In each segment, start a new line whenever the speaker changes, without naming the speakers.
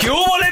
¿Qué hubo,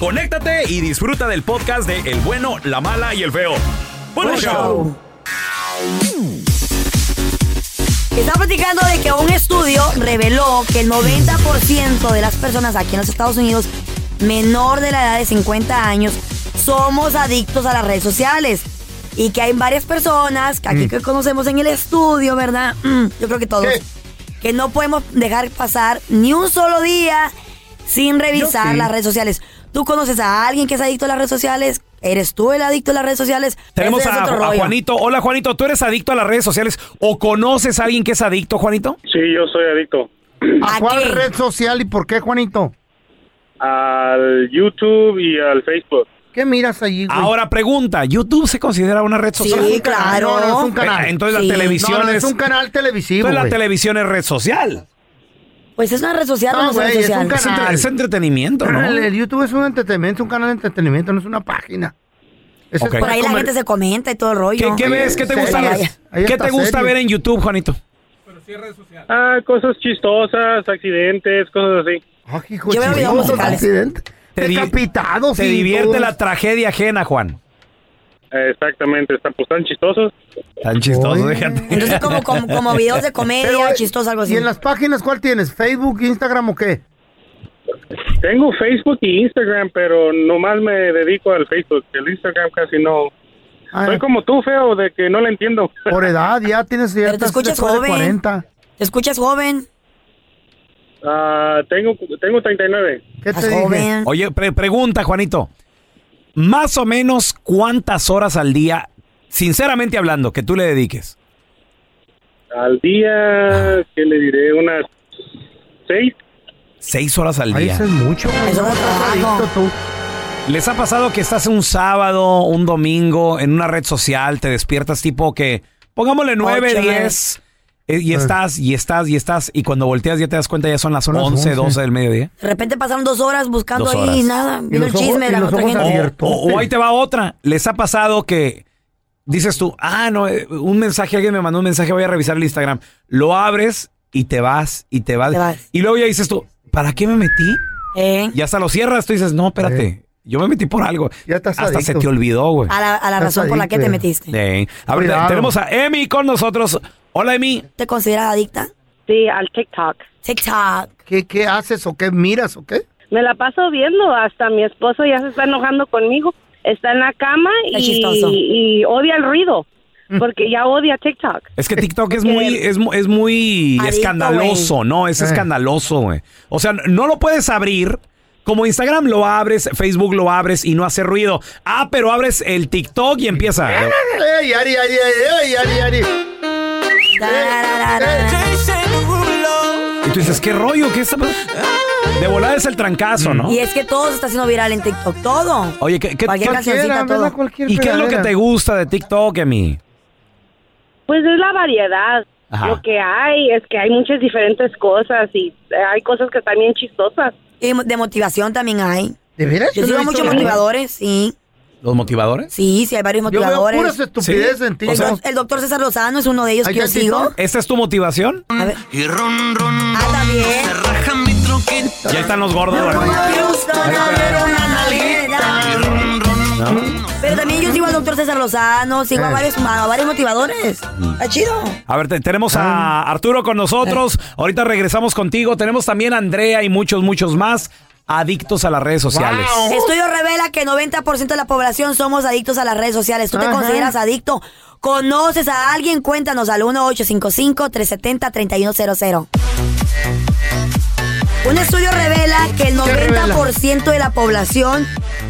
conéctate y disfruta del podcast de El bueno, la mala y el feo. Buen
Buen
show.
Está platicando de que un estudio reveló que el 90% de las personas aquí en los Estados Unidos menor de la edad de 50 años somos adictos a las redes sociales. Y que hay varias personas que aquí
Mm.
que conocemos en el estudio, ¿verdad? Mm, yo creo que todos. Que no podemos dejar pasar ni un solo día sin revisar
Yo sí.
las redes sociales. ¿Tú conoces a alguien que es adicto a las redes sociales? ¿Eres tú el adicto a las redes sociales?
Tenemos
Ese es
a,
otro
a
rollo.
Juanito. Hola, Juanito. ¿Tú eres adicto a las redes sociales o conoces a alguien que es adicto, Juanito?
Sí, yo soy adicto
¿A,
¿A
cuál
qué?
red social y por qué, Juanito?
al YouTube y al Facebook.
¿Qué miras allí, güey?
Ahora pregunta, ¿YouTube se considera una red social?
Sí,
No,
claro.
no es un canal.
Eh, Entonces
Sí.
la
No,
televisión
no,
es,
es un canal televisivo.
entonces la
güey.
televisión es red social.
Pues es una red social,
No,
no, es una
güey,
red
es un
social.
Es, entre-
Canal.
es entretenimiento, ¿no?
El, el YouTube es un entretenimiento, un canal de entretenimiento, no es una página. Ese
Ok.
Por ahí la
comer-
gente se comenta y todo el rollo.
¿Qué, qué ves? ¿Qué te gusta,
Series.
ver?
Ahí
¿Qué
está
te gusta
series.
ver en YouTube, Juanito?
Ah, cosas chistosas, accidentes, cosas así.
Ay, hijo
Yo veo
de
videos
chingada,
musicales.
accidente.
Te di-
Decapitados
Te
y
divierte
todo.
la tragedia ajena, Juan.
Eh, exactamente, están, pues, están chistosos.
Tan chistoso,
Oye.
déjate.
Entonces, como, como, como videos de comedia,
Pero, eh,
chistoso, algo así.
¿Y en las páginas cuál tienes? ¿Facebook, Instagram o qué?
Tengo Facebook y Instagram, pero nomás me dedico al Facebook. El Instagram casi no.
Ah,
Soy como tú, feo, de que no la entiendo.
Por edad, ya tienes
te
ciertas
escuchas
después de
joven.
40.
¿Te escuchas joven?
Ah, tengo, tengo 39.
¿Qué
¿Estás
te dije?
joven?
Oye, pre- pregunta, Juanito. Más o menos cuántas horas al día, sinceramente hablando, que tú le dediques. Ah.
Al día, ¿qué le diré? Unas seis.
Seis horas al
Ahí
día.
eso es mucho. güey.
Eso
No
es
estás
trabajo.
adicto tú.
¿Les ha pasado que estás un sábado, un domingo, en una red social, te despiertas tipo que, pongámosle 9,
Ocho,
10, eh, y estás, y estás, y estás, y cuando volteas ya te das cuenta ya son las
Las
11,
11.
12 del mediodía?
De repente pasaron dos horas buscando
Dos
ahí
horas.
nada. Viendo
los
el
ojos-
chisme de
y
la
los
otra
ojos
gente.
abiertos.
O, o- o ahí te va otra. ¿Les ha pasado que dices tú, ah, no, eh, un mensaje, alguien me mandó un mensaje, voy a revisar el Instagram? Lo abres y te vas, y te vas.
Te vas.
Y luego ya dices tú, ¿para qué me metí?
¿Eh?
Y hasta lo cierras, tú dices, no, espérate, yo me metí por algo.
Ya estás
hasta se
adicto.
te olvidó, güey.
A la, a la
Estás
razón por la que
adicto,
te
ya.
metiste.
Sí. A ver,
Cuidado.
tenemos a Emi con nosotros. Oh. Hola, Emi.
¿Te consideras adicta?
Sí, al TikTok.
TikTok.
¿Qué, ¿Qué haces o qué miras o qué?
Me la paso viendo, hasta mi esposo ya se está enojando conmigo. Está en la cama
Qué
y,
chistoso. Mm.
y odia el ruido, porque ya odia TikTok.
Es que TikTok es muy, es, mu- es muy
Adicto,
escandaloso, ¿no? Es
Eh.
escandaloso, güey. O sea, no lo puedes abrir. Como Instagram lo abres, Facebook lo abres y no hace ruido. Ah, pero abres el TikTok y empieza.
¡Ey, Ari, Ari, Ari, Ari, Ari!
Tararara.
Y tú dices, ¿qué rollo? ¿Qué está pas- De volada es el trancazo, ¿no?
Y es que todo se está haciendo viral en TikTok. Todo.
Oye, ¿qué, qué-
Cualquier
qué-
canción.
Cualquiera,
todo.
¿verdad? Cualquier
y qué es lo que
fregadera.
te gusta de TikTok, Emi?
Pues es la variedad.
Ajá.
Lo que hay es que hay muchas diferentes cosas y eh, hay cosas que están bien chistosas.
Y de motivación también hay.
¿De veras?
Yo
no he
sigo
visto
muchos
nada.
motivadores, sí.
¿Los motivadores?
Sí, sí, hay varios
Yo veo
motivadores.
puras estupideces
Sí.
en ti.
O
El,
sea-
doc- el doctor César Lozano es uno de ellos
¿Hay
que yo
gente
sigo.
tonta?
¿Esta es tu motivación?
A ver.
Y ron, ron,
Ah, también.
Ya están los gordos, ¿verdad?
Pero también yo sigo al doctor César Lozano, sigo a
Eh.
varios, a varios motivadores. Está chido.
A ver, te- tenemos a
Ah.
Arturo con nosotros.
Eh.
Ahorita regresamos contigo. Tenemos también a Andrea y muchos, muchos más adictos a las redes sociales.
Estudio revela que 90% de la población somos adictos a las redes sociales. ¿Tú te
Ajá.
consideras adicto? ¿Conoces a alguien? Cuéntanos al 1-855-370-3100. Un estudio revela que el
¿Qué revela?
90% de la población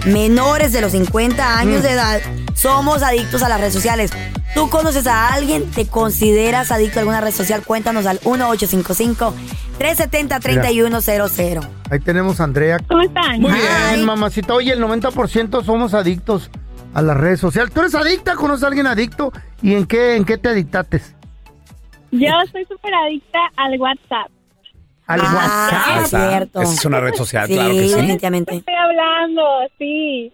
menores de los 50
Mm.
años de edad somos adictos a las redes sociales. ¿Tú conoces a alguien? ¿Te consideras adicto a alguna red social? Cuéntanos al 1855-370-3100.
Ahí tenemos a Andrea.
¿Cómo están?
Muy
Ay.
bien, mamacita. Oye, el 90% somos adictos a las redes sociales. ¿Tú eres adicta? ¿Conoces a alguien adicto? ¿Y en qué, en qué te adictaste?
Yo soy súper adicta al WhatsApp.
Al
Ah,
WhatsApp.
es cierto.
Esa es una red social,
Sí,
claro que sí.
definitivamente.
Estoy hablando, sí.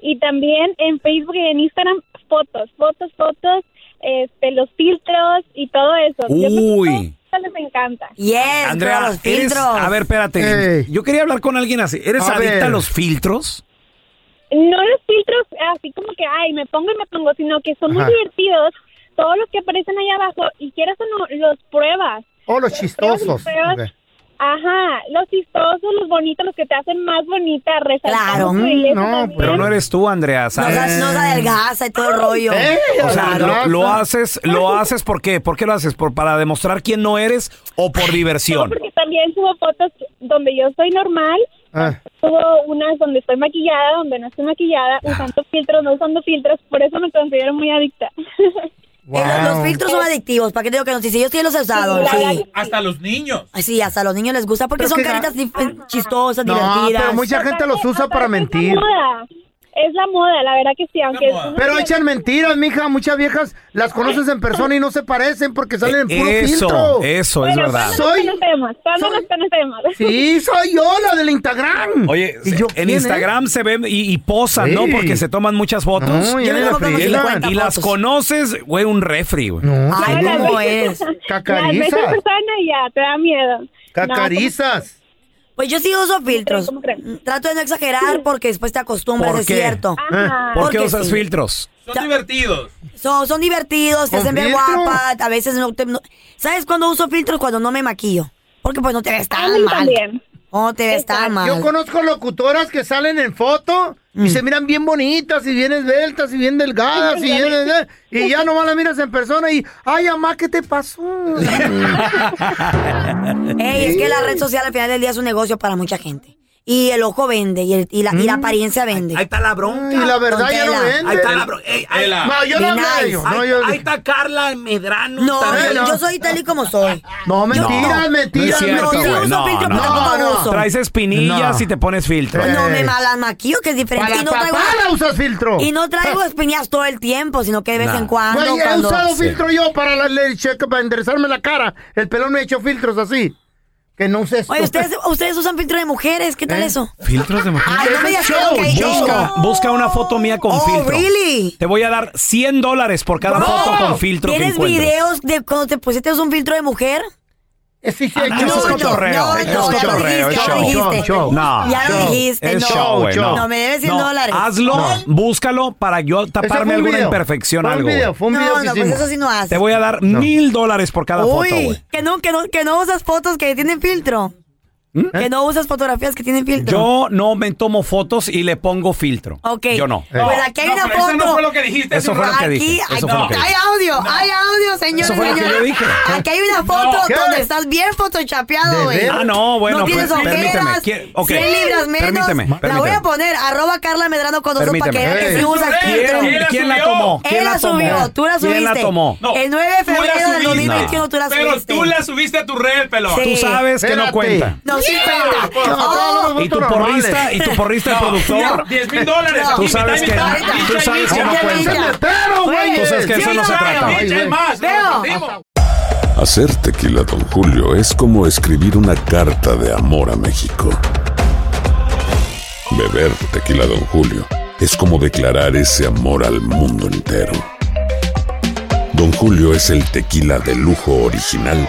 Y también en Facebook y en Instagram, fotos, fotos, fotos, este, los filtros y todo eso. Yo creo que
Uy.
todo eso les encanta.
Yes, pero
Andrea,
los
eres,
filtros.
a ver, espérate.
Ey.
Yo quería hablar con alguien así. ¿Eres
A
adicta
ver.
a los filtros?
No los filtros así como que, ay, me pongo y me pongo, sino que son muy
Ajá.
divertidos. Todos los que aparecen ahí abajo y quieras o no, los pruebas.
O los chistosos.
Pero-
Ok.
Ajá, los chistosos, los bonitos, los que te hacen más bonita, resaltar
Claro.
tu
Mm,
belleza
no,
también.
Pero no eres tú, Andrea,
Nos,
¿sabes?
da- nos adelgaza y todo el rollo.
Eh,
O sea, lo,
adelgaza.
lo haces, lo haces, ¿por qué? ¿Por qué lo haces? ¿Por, ¿Para demostrar quién no eres o por
No,
diversión?
porque también subo fotos donde yo soy normal,
Ah,
subo unas donde estoy maquillada, donde no estoy maquillada,
Ah.
usando filtros, no usando filtros, por eso me considero muy adicta.
Eh, los- Los
wow.
filtros son adictivos, ¿para qué te digo que no? Si yo sí los he usado,
Sí, la
sí.
Hasta los niños.
Ay, Sí, hasta a los niños les gusta porque
Pero
son
que ga-
caritas dif- chistosas,
No,
divertidas.
pero mucha gente los usa para
Aparte
mentir.
Es la moda, es la moda, la verdad que sí, aunque...
moda.
uno
Pero
se-
echan mentiras, mija. Muchas viejas las conoces en persona y no se parecen porque salen en puro
Eso,
filtro.
eso, es
Bueno,
verdad.
¿cuándo
Soy-
nos conocemos? ¿Cuándo
soy-
nos conocemos?
Sí, soy yo, la del
Mm.
Instagram.
Oye,
¿Y
se-
yo quién,
en
eh?
Instagram se ven y, y posan, ¿no?
Sí.
Porque se toman muchas fotos.
No,
y
ya me
Yo me
la
tomo como
friegué.
50
y las
fotos. Ah,
conoces, güey, un refri, güey.
No,
Ay,
sí,
¿cómo es?
Las ves
Cacarizas.
en persona y ya, te da miedo. No,
Cacarizas.
Pues yo sí uso filtros.
¿Cómo creen?
Mm, Trato de no exagerar porque después te acostumbras,
¿Por
es
qué?
cierto.
como-
Ah.
Ajá.
¿Por qué
porque
usas
sí.
filtros?
Son
Ya.
divertidos.
Son, son divertidos, te
¿Con
hacen ver
filtro?
guapa, a veces no te... no- ¿Sabes cuándo uso filtros? Cuando no me maquillo. Porque pues no te ves
A
tan
mí
mal.
también.
No te ves tan mal.
Yo conozco locutoras que salen en foto
Mm.
y se miran bien bonitas y bien esbeltas y bien delgadas y, bien, eh, y ya nomás la miras en persona y, ay, mamá, ¿qué te pasó?
Ey, es que la red social al final del día es un negocio para mucha gente. Y el ojo vende y, el- y la, y la apariencia vende.
Ahí está la
y
bronca.
la verdad ya no
Don Tela.
Ahí
vende.
está la bronca. Ey, ahí-
Tela.
No, yo no
Be
hablo de
nice.
ello.
ahí-
No, yo-
ahí está Carla Medrano.
no,
también.
yo, yo soy tal y como soy.
no, mentiras,
no.
mentiras,
No es
mentiras.
cierto, güey.
uso
No,
filtro,
no.
pero
No,
no,
no.
uso.
Traes espinillas
No.
y te pones filtro.
Eh.
No, me malas maquillo, que es diferente.
Para
y, no traigo,
taparla usas filtro.
y no traigo espinillas todo el tiempo, sino que de vez
Nah.
en cuando.
Güey, he
cuando-
usado
Sí.
filtro yo para la leche, que- para enderezarme la cara. El pelón me ha hecho filtros así. Que no usé esto.
Oye, ¿ustedes, ustedes usan filtro de mujeres, ¿qué tal
¿Eh?
eso?
Filtros de mujer.
Ay, no me digas que
Show,
ok,
show.
Busca,
tengo.
busca una foto mía con
Oh,
filtro.
really?
Te voy a dar 100 dólares por cada
Bro,
foto con filtro que
¿Tienes
encuentres.
videos de cuando te pusiste un filtro de mujer?
Eh, Sí, sí,
Ah,
he
no,
hecho.
eso es cotorreo,
no,
eso
no,
es
ya lo
cotorreo,
dijiste,
es
ya lo
show.
dijiste.
Show,
No,
ya lo
show.
dijiste,
es
no.
show, güey, no.
No, me debes 100 dólares.
Hazlo, búscalo para yo
Ese fue
taparme
un
alguna
video.
imperfección,
Fue
algo.
Un video,
güey.
fue un video
No,
que
no, pues
hicimos.
eso sí no haces.
Te voy a dar mil dólares por cada foto, güey.
que no, que no, que no usas fotos que tienen filtro.
¿Mm?
Que no usas fotografías que tienen filtro.
Yo no me tomo fotos y le pongo filtro.
Ok.
Yo no.
Pues aquí hay
No,
una
pero
foto.
Eso no fue lo que dijiste. hace
Eso
un
fue lo que
rato.
Aquí
dije,
hay,
eso fue lo que
hay
dije.
audio, hay audio, señores.
Eso fue lo que
señores.
yo dije.
Aquí hay una foto
¿qué?
donde estás bien photoshopeado,
De
güey.
veras.
Ah, no, bueno,
no tienes
pues, permíteme.
ojeras,
¿Quién- ok.
100 libras menos.
Permíteme,
La voy
permíteme.
a poner, arroba Carla Medrano con nosotros para que
Permíteme.
vean que
Ey.
sí usa
Ey,
filtro.
¿Quién,
la
quién la
subió?
tomó?
Él la subió, tú la subiste.
¿Quién la tomó?
No,
El 9 de
tú la
febrero del
subiste.
2021 tú la
Pero
subiste.
tú la subiste a tu red, pelón.
Sí.
Tú sabes que no
Espérate.
cuenta.
No, sí cuenta.
No, no,
Oh,
no, no,
Y tu
fotos normales.
porrista, y tu porrista el productor.
10 mil dólares.
No.
Tú
Y
sabes
mitad y mitad,
que- tú
mitad y
sabes que
mitad.
no
Ya
Pues
le
se
dije.
me espero,
Güey,
güey.
Tú sabes que de eso no se trata.
Ay, mitad
Ay,
y
güey.
más, no
Veo.
compartimos.
Hacer tequila, Don Julio, es como escribir una carta de amor a México. Beber tequila, Don Julio, es como declarar ese amor al mundo entero. Don Julio es el tequila de lujo original,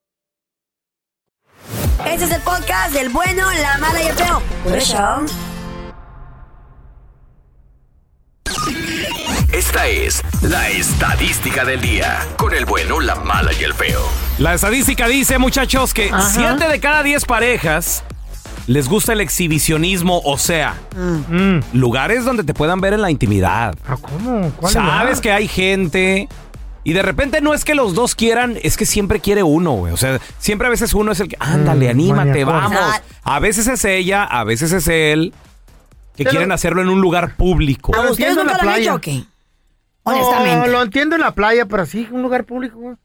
Este es el podcast del bueno, la mala y el feo. Por eso,
Esta es la estadística del día con el bueno, la mala y el feo.
La estadística dice, muchachos, que
Ajá.
7 de cada 10 parejas les gusta el exhibicionismo, o sea,
Mm.
lugares donde te puedan ver en la intimidad.
¿Cómo? ¿Cuál
Sabes
lugar?
que hay gente. Y de repente no es que los dos quieran, es que siempre quiere uno, güey. O sea, siempre a veces uno es el que,
Mm,
ándale, anímate,
maniacón.
vamos.
Ah.
A veces es ella, a veces es él, que quieren hacerlo en un lugar público.
Pero entiendo la playa.
Honestamente.
No, lo entiendo en la playa, pero sí, un lugar público. güey.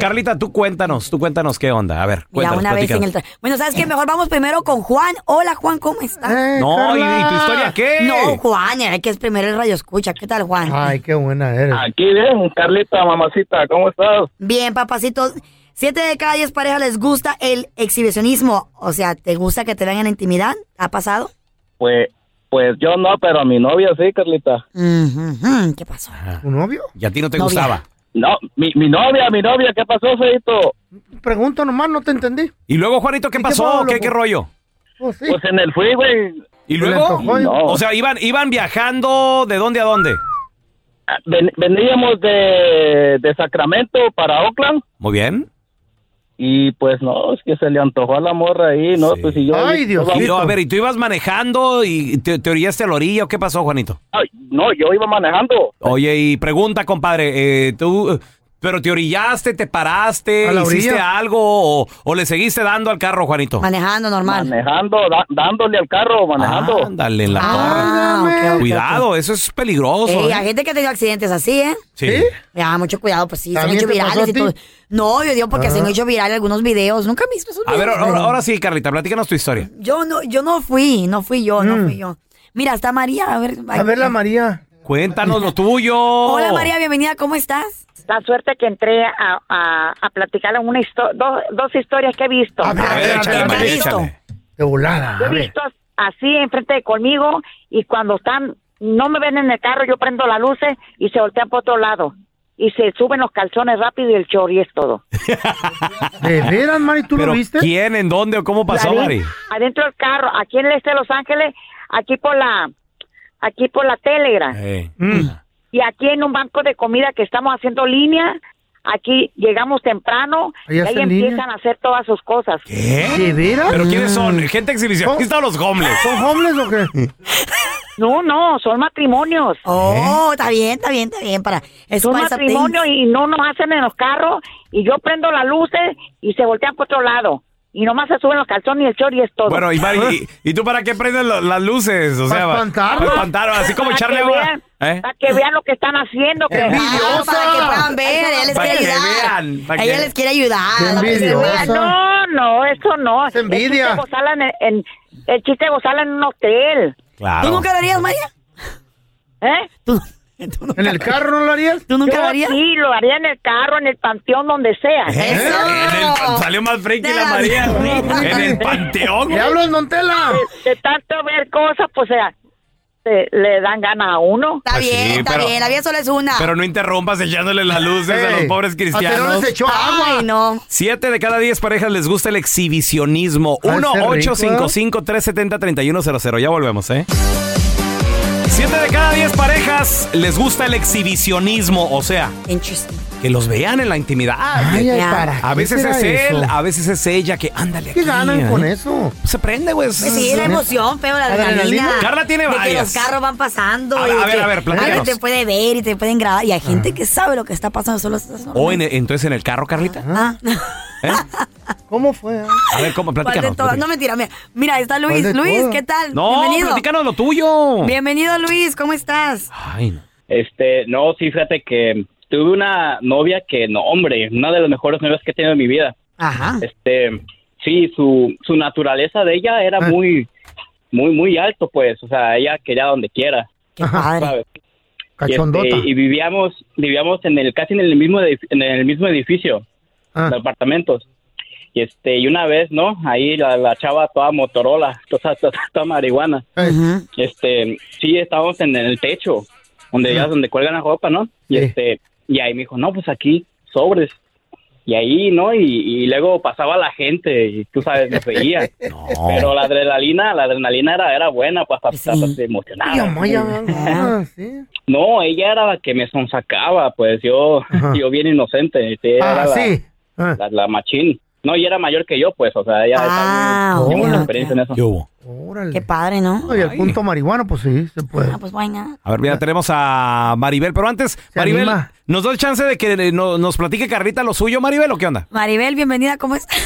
Carlita, tú cuéntanos, tú cuéntanos qué onda. A ver,
mira,
cuéntanos,
una vez en el...
platícanos.
tra- Bueno, ¿sabes qué? Mejor vamos primero con Juan. Hola, Juan, ¿cómo estás?
No, ¿y- Carla. ¿y tu historia qué?
No, Juan, eh, que es primero el radio escucha. ¿Qué tal, Juan?
Ay, qué buena eres.
Aquí bien, Carlita, mamacita, ¿cómo estás?
Bien, papacito. Siete de cada diez parejas les gusta el exhibicionismo. O sea, ¿te gusta que te vean en la intimidad? ¿Ha pasado?
Pues, pues yo no, pero a mi novia sí, Carlita.
¿Qué pasó?
¿Un novio?
¿Y a ti no te
Novia.
gustaba?
No, mi, mi novia, mi novia, ¿qué pasó, Feito?
Pregunto nomás, no te entendí.
Y luego, Juanito, ¿qué
¿Y qué
pasó?
pasó,
¿Qué,
loco?
qué rollo?
Pues sí.
Pues en el freeway.
¿Y
Se le
luego?
antojó, No.
O sea, iban, iban viajando de dónde a dónde.
Ah, ven- veníamos de, de Sacramento para Oakland
Muy bien.
y pues no, es que se le antojó a la morra ahí, ¿no? Pues y yo...
Y no, a ver, ¿y tú ibas manejando y te, te orillaste a la orilla o qué pasó, Juanito?
Ay, no, yo iba manejando.
Oye, y pregunta, compadre, eh, tú... eh, ¿Pero te orillaste, te paraste,
¿A la
hiciste
orilla?
algo o, o le seguiste dando al carro, Juanito?
Manejando normal.
Manejando, da- dándole al carro, manejando.
Ándale, en la
Ah,
torre.
ok, ok, ok.
Cuidado, eso es peligroso.
Ey,
¿eh?
hay gente que ha tenido accidentes así, ¿eh?
Sí.
Ya, mucho cuidado, pues sí, se han
¿También
hecho
te pasó
virales
a
y
ti?
todo. No, yo digo porque se han
Ajá.
hecho virales algunos videos. Nunca he visto esos
A ver,
videos,
ahora,
pero-
ahora sí, Carlita, platícanos tu historia.
Yo no, yo no fui, no fui yo,
Mm.
no fui yo. Mira, está María, a ver.
A ver la María.
Cuéntanos lo tuyo. Oh.
Hola María, bienvenida, ¿cómo estás?
La suerte que entré a, a, a platicar una histo- dos, dos historias que he visto.
De volada.
Yo
A
he
ver.
visto así enfrente de conmigo y cuando están, no me ven en el carro, yo prendo las luces y se voltean por otro lado. Y se suben los calzones rápido y el chor y es todo.
¿De veras, Mari? ¿Tú
¿Pero
lo viste?
¿Quién, en dónde o cómo pasó,
Ahí,
Mari?
Adentro del carro, aquí en el este de Los Ángeles, aquí por la, aquí por la Telegram.
Eh.
Y aquí en un banco de comida que estamos haciendo línea, aquí llegamos temprano
Ahí
y ahí
hacen
empiezan
línea.
a hacer todas sus cosas.
¿Eh?
¿De veras?
¿Pero quiénes son? ¿Gente exhibicionista o los homeless?
¿Son homeless o qué?
No, no, son matrimonios.
¿Eh?
Oh, está bien, está bien, está bien. Para, es
Son matrimonios y no nos hacen en los carros y yo prendo las luces y se voltean por otro lado. Y nomás se suben los calzones y el short y es todo.
Bueno, y, Mari, ¿y, y tú para qué prendes lo- las luces? O sea,
Para espantarlos.
Para espantarlos, así como
Para
echarle
que
agua.
vean.
¿Eh?
Para que vean lo que están haciendo. Que
Ah, para que puedan ver, él les
Para
quiere
que
ayudar.
vean, para
Ella
que-
les quiere ayudar.
Qué
para que se
envidiosa.
vean.
No, no, eso no. Es
envidia.
El chiste gozala en, en- el chiste gozala en un hotel.
Claro.
¿Tú
nunca lo harías, María?
¿Eh?
¿En el carro no lo harías?
¿Tú
Yo Sí, lo haría en el carro, en el panteón, donde sea.
En el- salió más friki la María. En el
¿Eh?
panteón. güey.
en Don Tela?
De, de tanto ver cosas, pues, o sea, te- le dan ganas a uno.
Está
Pues
bien,
sí,
está
pero-
bien, la vida solo es una.
Pero no interrumpas echándole las luces a los
Ey,
pobres
Aterón
cristianos.
les echó agua. Ay, no.
Siete de cada diez parejas les gusta el exhibicionismo.
Ha de ser
1-855-370-3100. Ya volvemos, ¿eh? Siete de cada diez parejas les gusta el exhibicionismo. O sea, que los vean en la intimidad.
Ay, ay, ¿para
a
qué
veces
será
es él,
eso?
a veces es ella que ándale.
¿Qué
aquí,
ganan
¿eh?
con eso?
Se prende, güey.
Pues sí, la emoción, pero la
¿Adrenalina?
adrenalina.
Carla tiene
de que
varias.
los carros van pasando.
A
y de
ver, a ver,
que
a ver, platícanos. Ah.
alguien te puede ver y te pueden grabar. Y hay gente que sabe lo que está pasando solo. esas horas.
O en- entonces en el carro, Carlita.
Ah. ¿Cómo fue?
A ver, ¿cómo?
Ah, ¿Cuál de
Platícanos.
todas? No, mentira, mira, mira, está
¿Cuál de
Luis. Luis,
todas?
¿qué tal?
No,
Bienvenido.
platícanos lo tuyo.
Bienvenido, Luis, ¿cómo estás?
Este, no, sí, fíjate que tuve una novia que, no, hombre, una de las mejores novias que he tenido en mi vida.
Ajá.
Este,
sí, su, su naturaleza de ella era muy, muy, muy alto, pues, o sea, ella quería donde quiera. ¿sabes? Y,
Cachondota.
este, y vivíamos, vivíamos en el, casi en el mismo, edif- en el mismo edificio, de apartamentos. Y este, y una vez, ¿no? Ahí la, la chava toda Motorola, toda, toda, toda marihuana. Este, sí, estábamos en el techo, donde ya, donde cuelgan la ropa, ¿no? Y este, y ahí me dijo, no, pues aquí, sobres. Y ahí, ¿no? Y, y luego pasaba la gente y tú sabes, me seguía. Pero la adrenalina, la adrenalina era, era buena, pues hasta, hasta te emocionaba.
Ah, sí.
No, ella era la que me sonsacaba, pues yo, yo bien inocente. este,
Ah,
era la-
sí.
La, la machín. No, y era mayor que yo, pues, o sea, ella
Ah,
también tiene
bueno,
mucha experiencia en eso.
Qué padre, ¿no?
Y el punto marihuana, pues sí, se puede.
Ah, pues vaina.
A ver, mira, tenemos a Maribel, pero antes, Maribel,
anima?
¿nos da el chance de que eh, no- nos platique Carlita lo suyo, Maribel, o qué onda?
Maribel, bienvenida, ¿cómo estás?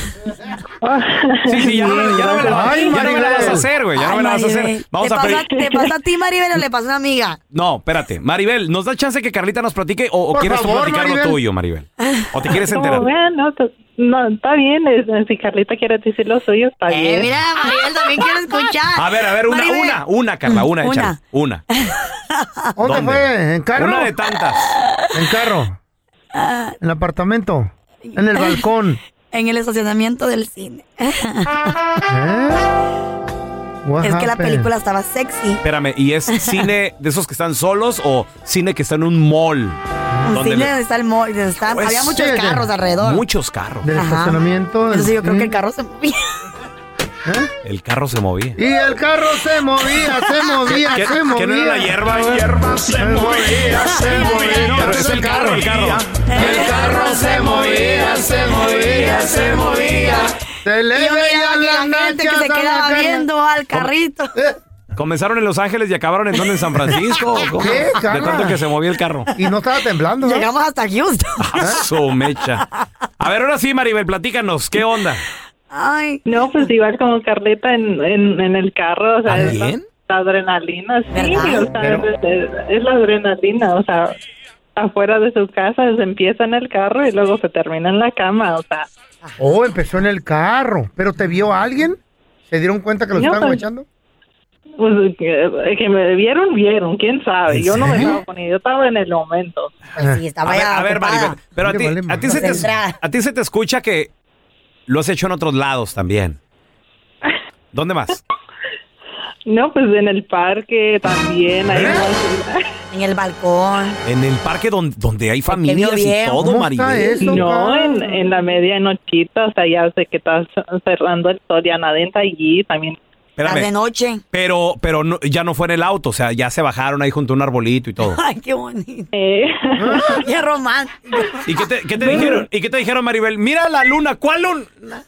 Sí, sí, ya, no me- ya no me la,
Ay,
ya no me la
Maribel.
vas a hacer, güey, ya no
Ay,
me la vas a hacer.
Maribel,
Vamos
Eh, ¿Te,
a
pasa,
pedir...
¿Te pasa a ti, Maribel, o le pasa a una amiga?
No, espérate. Maribel, ¿nos da chance que Carlita nos platique o, o
Por
quieres
favor,
tú platicar
Maribel.
lo tuyo, Maribel? ¿O te quieres
No,
enterar?
bueno, t- no, está bien. es- Si Carlita quiere decir lo suyo, está bien.
Eh, mira, Maribel, también quiero escuchar.
A ver, a ver, una,
Maribel. Mm,
una, una, Carla, una,
Una.
échale. Una.
¿Dónde, fue? ¿En carro?
Una de tantas.
¿En carro?
Ah.
¿En el apartamento? ¿En el balcón?
En el estacionamiento del cine.
What
es que la
happened?
película estaba sexy.
Espérame, ¿y es cine de esos que están solos o cine que está en un mall?
Un
Donde
cine
le-
donde está el mall, donde estaban-
Pues,
había muchos
sí, de-
carros alrededor.
Muchos carros.
Del
Ajá.
estacionamiento. del-
Entonces yo creo que el carro se movía.
El carro se movía.
Y el carro se movía, se movía,
¿Qué-
se
qué
movía.
no era la hierba, güey?
se movía, se movía.
Pero es el carro, el carro.
El carro se movía, se movía, se movía. Se le
Y yo
veía
miraba que
las
la gente que
nachas
se
a la
quedaba
Carla.
viendo al carrito.
Comenzaron en Los Ángeles y acabaron en dónde, en San Francisco. ¿o cómo?
¿Qué,
De
Carla?
tanto que se movía el carro.
Y no estaba temblando. ¿no?
Llegamos hasta Houston.
Ah, su mecha. A ver, ahora sí, Maribel, platícanos, ¿qué onda?
Ay.
No, pues igual como Carlita en, en, en el carro, o
Ah,
sea, es la, la adrenalina, sí, o sea, es, es- es la adrenalina, o sea, afuera de sus casas empieza en el carro y luego se termina en la cama, o sea,
Oh, empezó en el carro. ¿Pero te vio alguien? ¿Se dieron cuenta que lo
No,
estaban
pues-
guachando?
pues que, que me vieron, vieron, quién sabe, yo no me
serio?
estaba poniendo, yo estaba en el momento.
estaba
a ver, a ver, Maribel, pero a
Vale,
ti,
vale,
a ti se te,
Concentrada.
a ti se te escucha que lo has hecho en otros lados también. ¿Dónde más?
No, pues en el parque también,
¿Eh?
ahí
En el balcón.
En el parque donde, donde hay familias y todo, Maribel.
No, en, en la medianochita, o sea, ya sé que está cerrando el sol, ya nadie está allí, también.
Espérame.
noche.
Pero, pero no- ya no fue en el auto, o sea, ya se bajaron ahí junto a un arbolito y todo.
Ay, qué bonito. qué romántico.
¿Y qué te, qué te dijeron? ¿Y qué te dijeron, Maribel? Mira la luna, ¿cuál luna?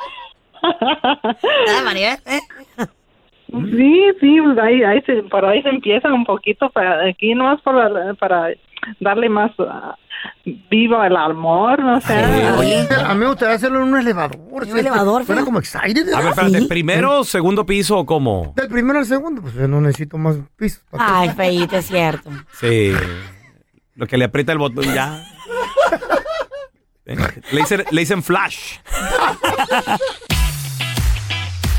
Ah, Maribel, ¿eh?
Sí, sí, pues ahí, ahí se, por ahí se empieza un poquito, para, aquí nomás para, para darle más ah, vivo el amor, no sé.
A mí me gustaría hacerlo en un elevador. ¿sí?
elevador,
Suena
feo.
como excited.
A ver, espérate, ¿primero, segundo piso o cómo?
Del primero al segundo, pues yo no necesito más pisos.
Ay, feíto, es cierto.
Sí. Lo que le aprieta el botón ya. Le dicen, le dicen flash.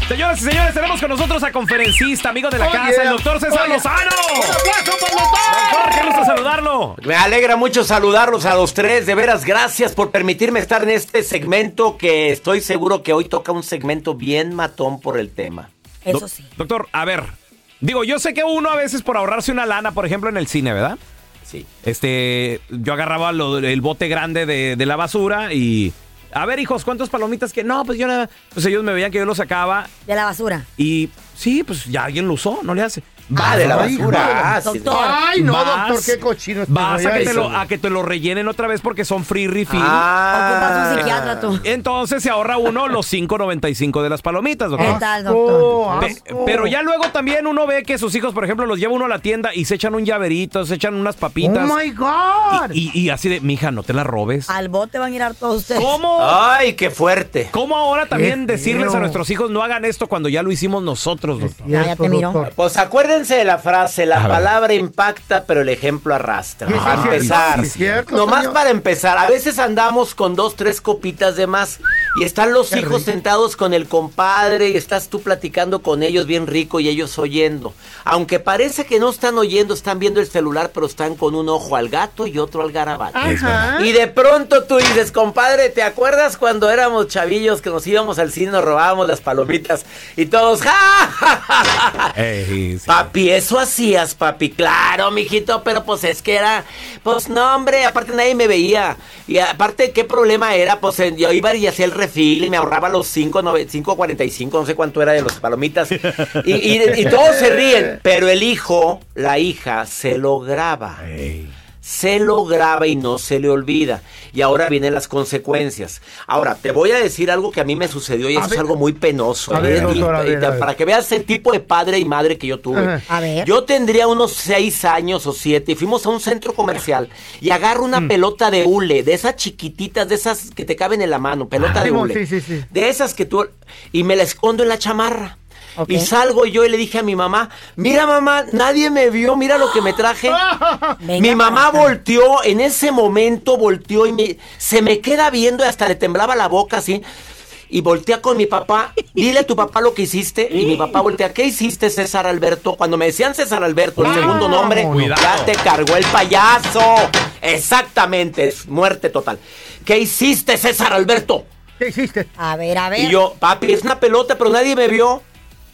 Señoras y señores, tenemos con nosotros a conferencista, amigo de la
Oh,
casa,
yeah.
el doctor César
Oh, yeah.
Lozano.
¡Un
aplauso para el doctor! Jorge, gusto saludarlo.
Me alegra mucho saludarlos a los tres, de veras, gracias por permitirme estar en este segmento que estoy seguro que hoy toca un segmento bien matón por el tema.
Do- Doctor, a ver. Digo, yo sé que uno a veces por ahorrarse una lana, por ejemplo, en el cine, ¿verdad?
Sí.
Este, yo agarraba lo- el bote grande de, de la basura y. A ver, hijos, ¿cuántos palomitas que.? No, pues yo nada. Pues ellos me veían que yo lo sacaba
De la basura.
y sí, pues ya alguien lo usó, no le hace.
Va de la basura.
Ah, sí. Doctor. Ay, no, doctor, qué cochino este
Vas a
rollo.
que, te lo,
Eso.
a que te lo rellenen otra vez porque son free refill.
Ah. Ocupas un
psiquiatra tú.
Entonces se ahorra uno los 5.95 de las palomitas, doctor.
¿Qué tal, doctor?
Pe- Pero ya luego también uno ve que sus hijos, por ejemplo, los lleva uno a la tienda y se echan un llaverito, se echan unas papitas.
Oh my God.
y, y así de, mija, no te la robes.
Al bote van a ir a todos ustedes. Ah,
¿Cómo?
Ay, qué fuerte.
¿Cómo ahora también
Qué
decirles a
feo.
nuestros hijos no hagan esto cuando ya lo hicimos nosotros, doctor?
Pues acuérdense de la frase,
A
la
ver.
palabra impacta, pero el ejemplo arrastra.
Sí, sí,
Para
sí,
empezar,
sí, sí, cierto,
nomás
señor.
para empezar, a veces andamos con dos, tres copitas de más Y están los
Qué
hijos
rico.
sentados con el compadre y estás tú platicando con ellos bien rico y ellos oyendo. Aunque parece que no están oyendo, están viendo el celular, pero están con un ojo al gato y otro al garabato.
Es verdad.
Y de pronto tú dices, compadre, ¿te acuerdas cuando éramos chavillos que nos íbamos al cine, nos robábamos las palomitas y todos, ¡ja! ja, ja, ja, ja"? Papi, eso hacías, papi. Claro, mijito, pero pues es que era. Pues no, hombre, aparte nadie me veía. Y aparte, ¿qué problema era? Pues en- yo iba y hacía el refil y me ahorraba los 5.45, no sé cuánto era de los palomitas. Y, y- y todos se ríen, pero el hijo, la hija, se lo graba. Se lo graba y no se le olvida. Y ahora vienen las consecuencias. Ahora, te voy a decir algo que a mí me sucedió y eso es algo muy penoso.
A ver,
¿eh? Y-
doctora, a
y-
ver, a ver.
para que veas el tipo de padre y madre que yo tuve.
Ajá.
A ver.
Yo tendría unos seis años o siete y fuimos a un centro comercial y agarro una pelota de hule, de esas chiquititas, de esas que te caben en la mano, pelota de
Simón,
hule.
sí, sí, sí.
De esas que tú... Y me la escondo en la chamarra. Y salgo yo y le dije a mi mamá, mira mamá, nadie me vio, mira lo que me traje. mi mamá volteó, en ese momento volteó y me- se me queda viendo y hasta le temblaba la boca así. Y voltea con mi papá, dile a tu papá lo que hiciste. Y mi papá voltea, ¿qué hiciste César Alberto? Cuando me decían César Alberto, el segundo nombre,
Cuidado.
ya te cargó el payaso. Exactamente, es muerte total. ¿Qué hiciste César Alberto?
¿Qué hiciste?
A ver, a ver.
Y yo, papi, es una pelota, pero nadie me vio.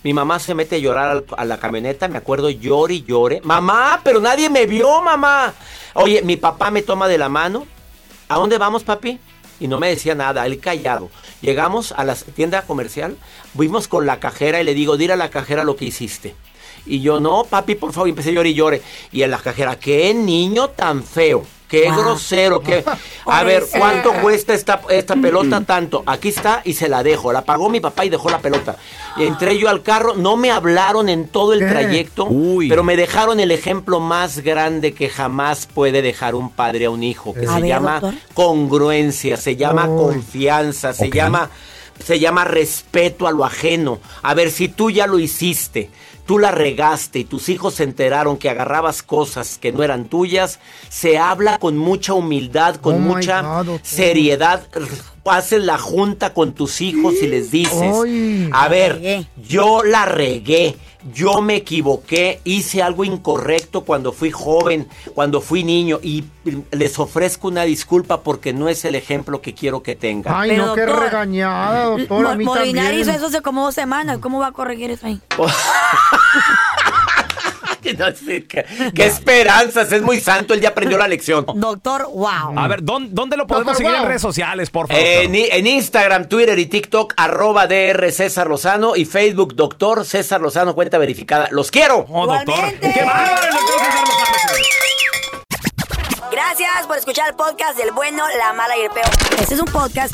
Mi mamá se mete a llorar al- a la camioneta, me acuerdo, llore y llore. Mamá, pero nadie me vio, mamá. Oye, mi papá me toma de la mano. ¿A dónde vamos, papi? Y no me decía nada, él callado. Llegamos a la tienda comercial, fuimos con la cajera y le digo, dile a la cajera lo que hiciste. Y yo, no, papi, por favor, y empecé a llorar y llore. Y en la cajera, qué niño tan feo, qué
Ah.
grosero, qué... A ver, ¿cuánto cuesta esta, esta pelota tanto? Aquí está y se la dejo. La pagó mi papá y dejó la pelota. Y entré yo al carro, no me hablaron en todo el trayecto, pero me dejaron el ejemplo más grande que jamás puede dejar un padre a un hijo, que
A
se
ver,
llama
doctor.
congruencia, se llama confianza, se llama se llama respeto a lo ajeno. A ver, si tú ya lo hiciste, tú la regaste y tus hijos se enteraron que agarrabas cosas que no eran tuyas, se habla con mucha humildad, con
Oh my
mucha seriedad. Haces la junta con tus hijos y les dices,
Ay.
a ver, yo la regué. Yo me equivoqué, hice algo incorrecto cuando fui joven, cuando fui niño y les ofrezco una disculpa porque no es el ejemplo que quiero que tengan.
Ay, no, qué regañada, doctora. A mí
Molinar hizo
también.
eso hace como dos semanas. ¿Cómo va a corregir eso ahí?
Que no sé, que- qué esperanzas, es muy santo, él ya aprendió la lección.
Doctor, wow.
A ver, ¿dónde, dónde lo podemos
Doctor,
seguir en
wow. Eh.
redes sociales, por favor?
En, i- en Instagram, Twitter y TikTok, arroba DR César Lozano y Facebook, Doctor César Lozano, cuenta verificada. ¡Los quiero!
Gracias por escuchar el podcast del bueno, la mala y el peor. Este es un podcast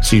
Si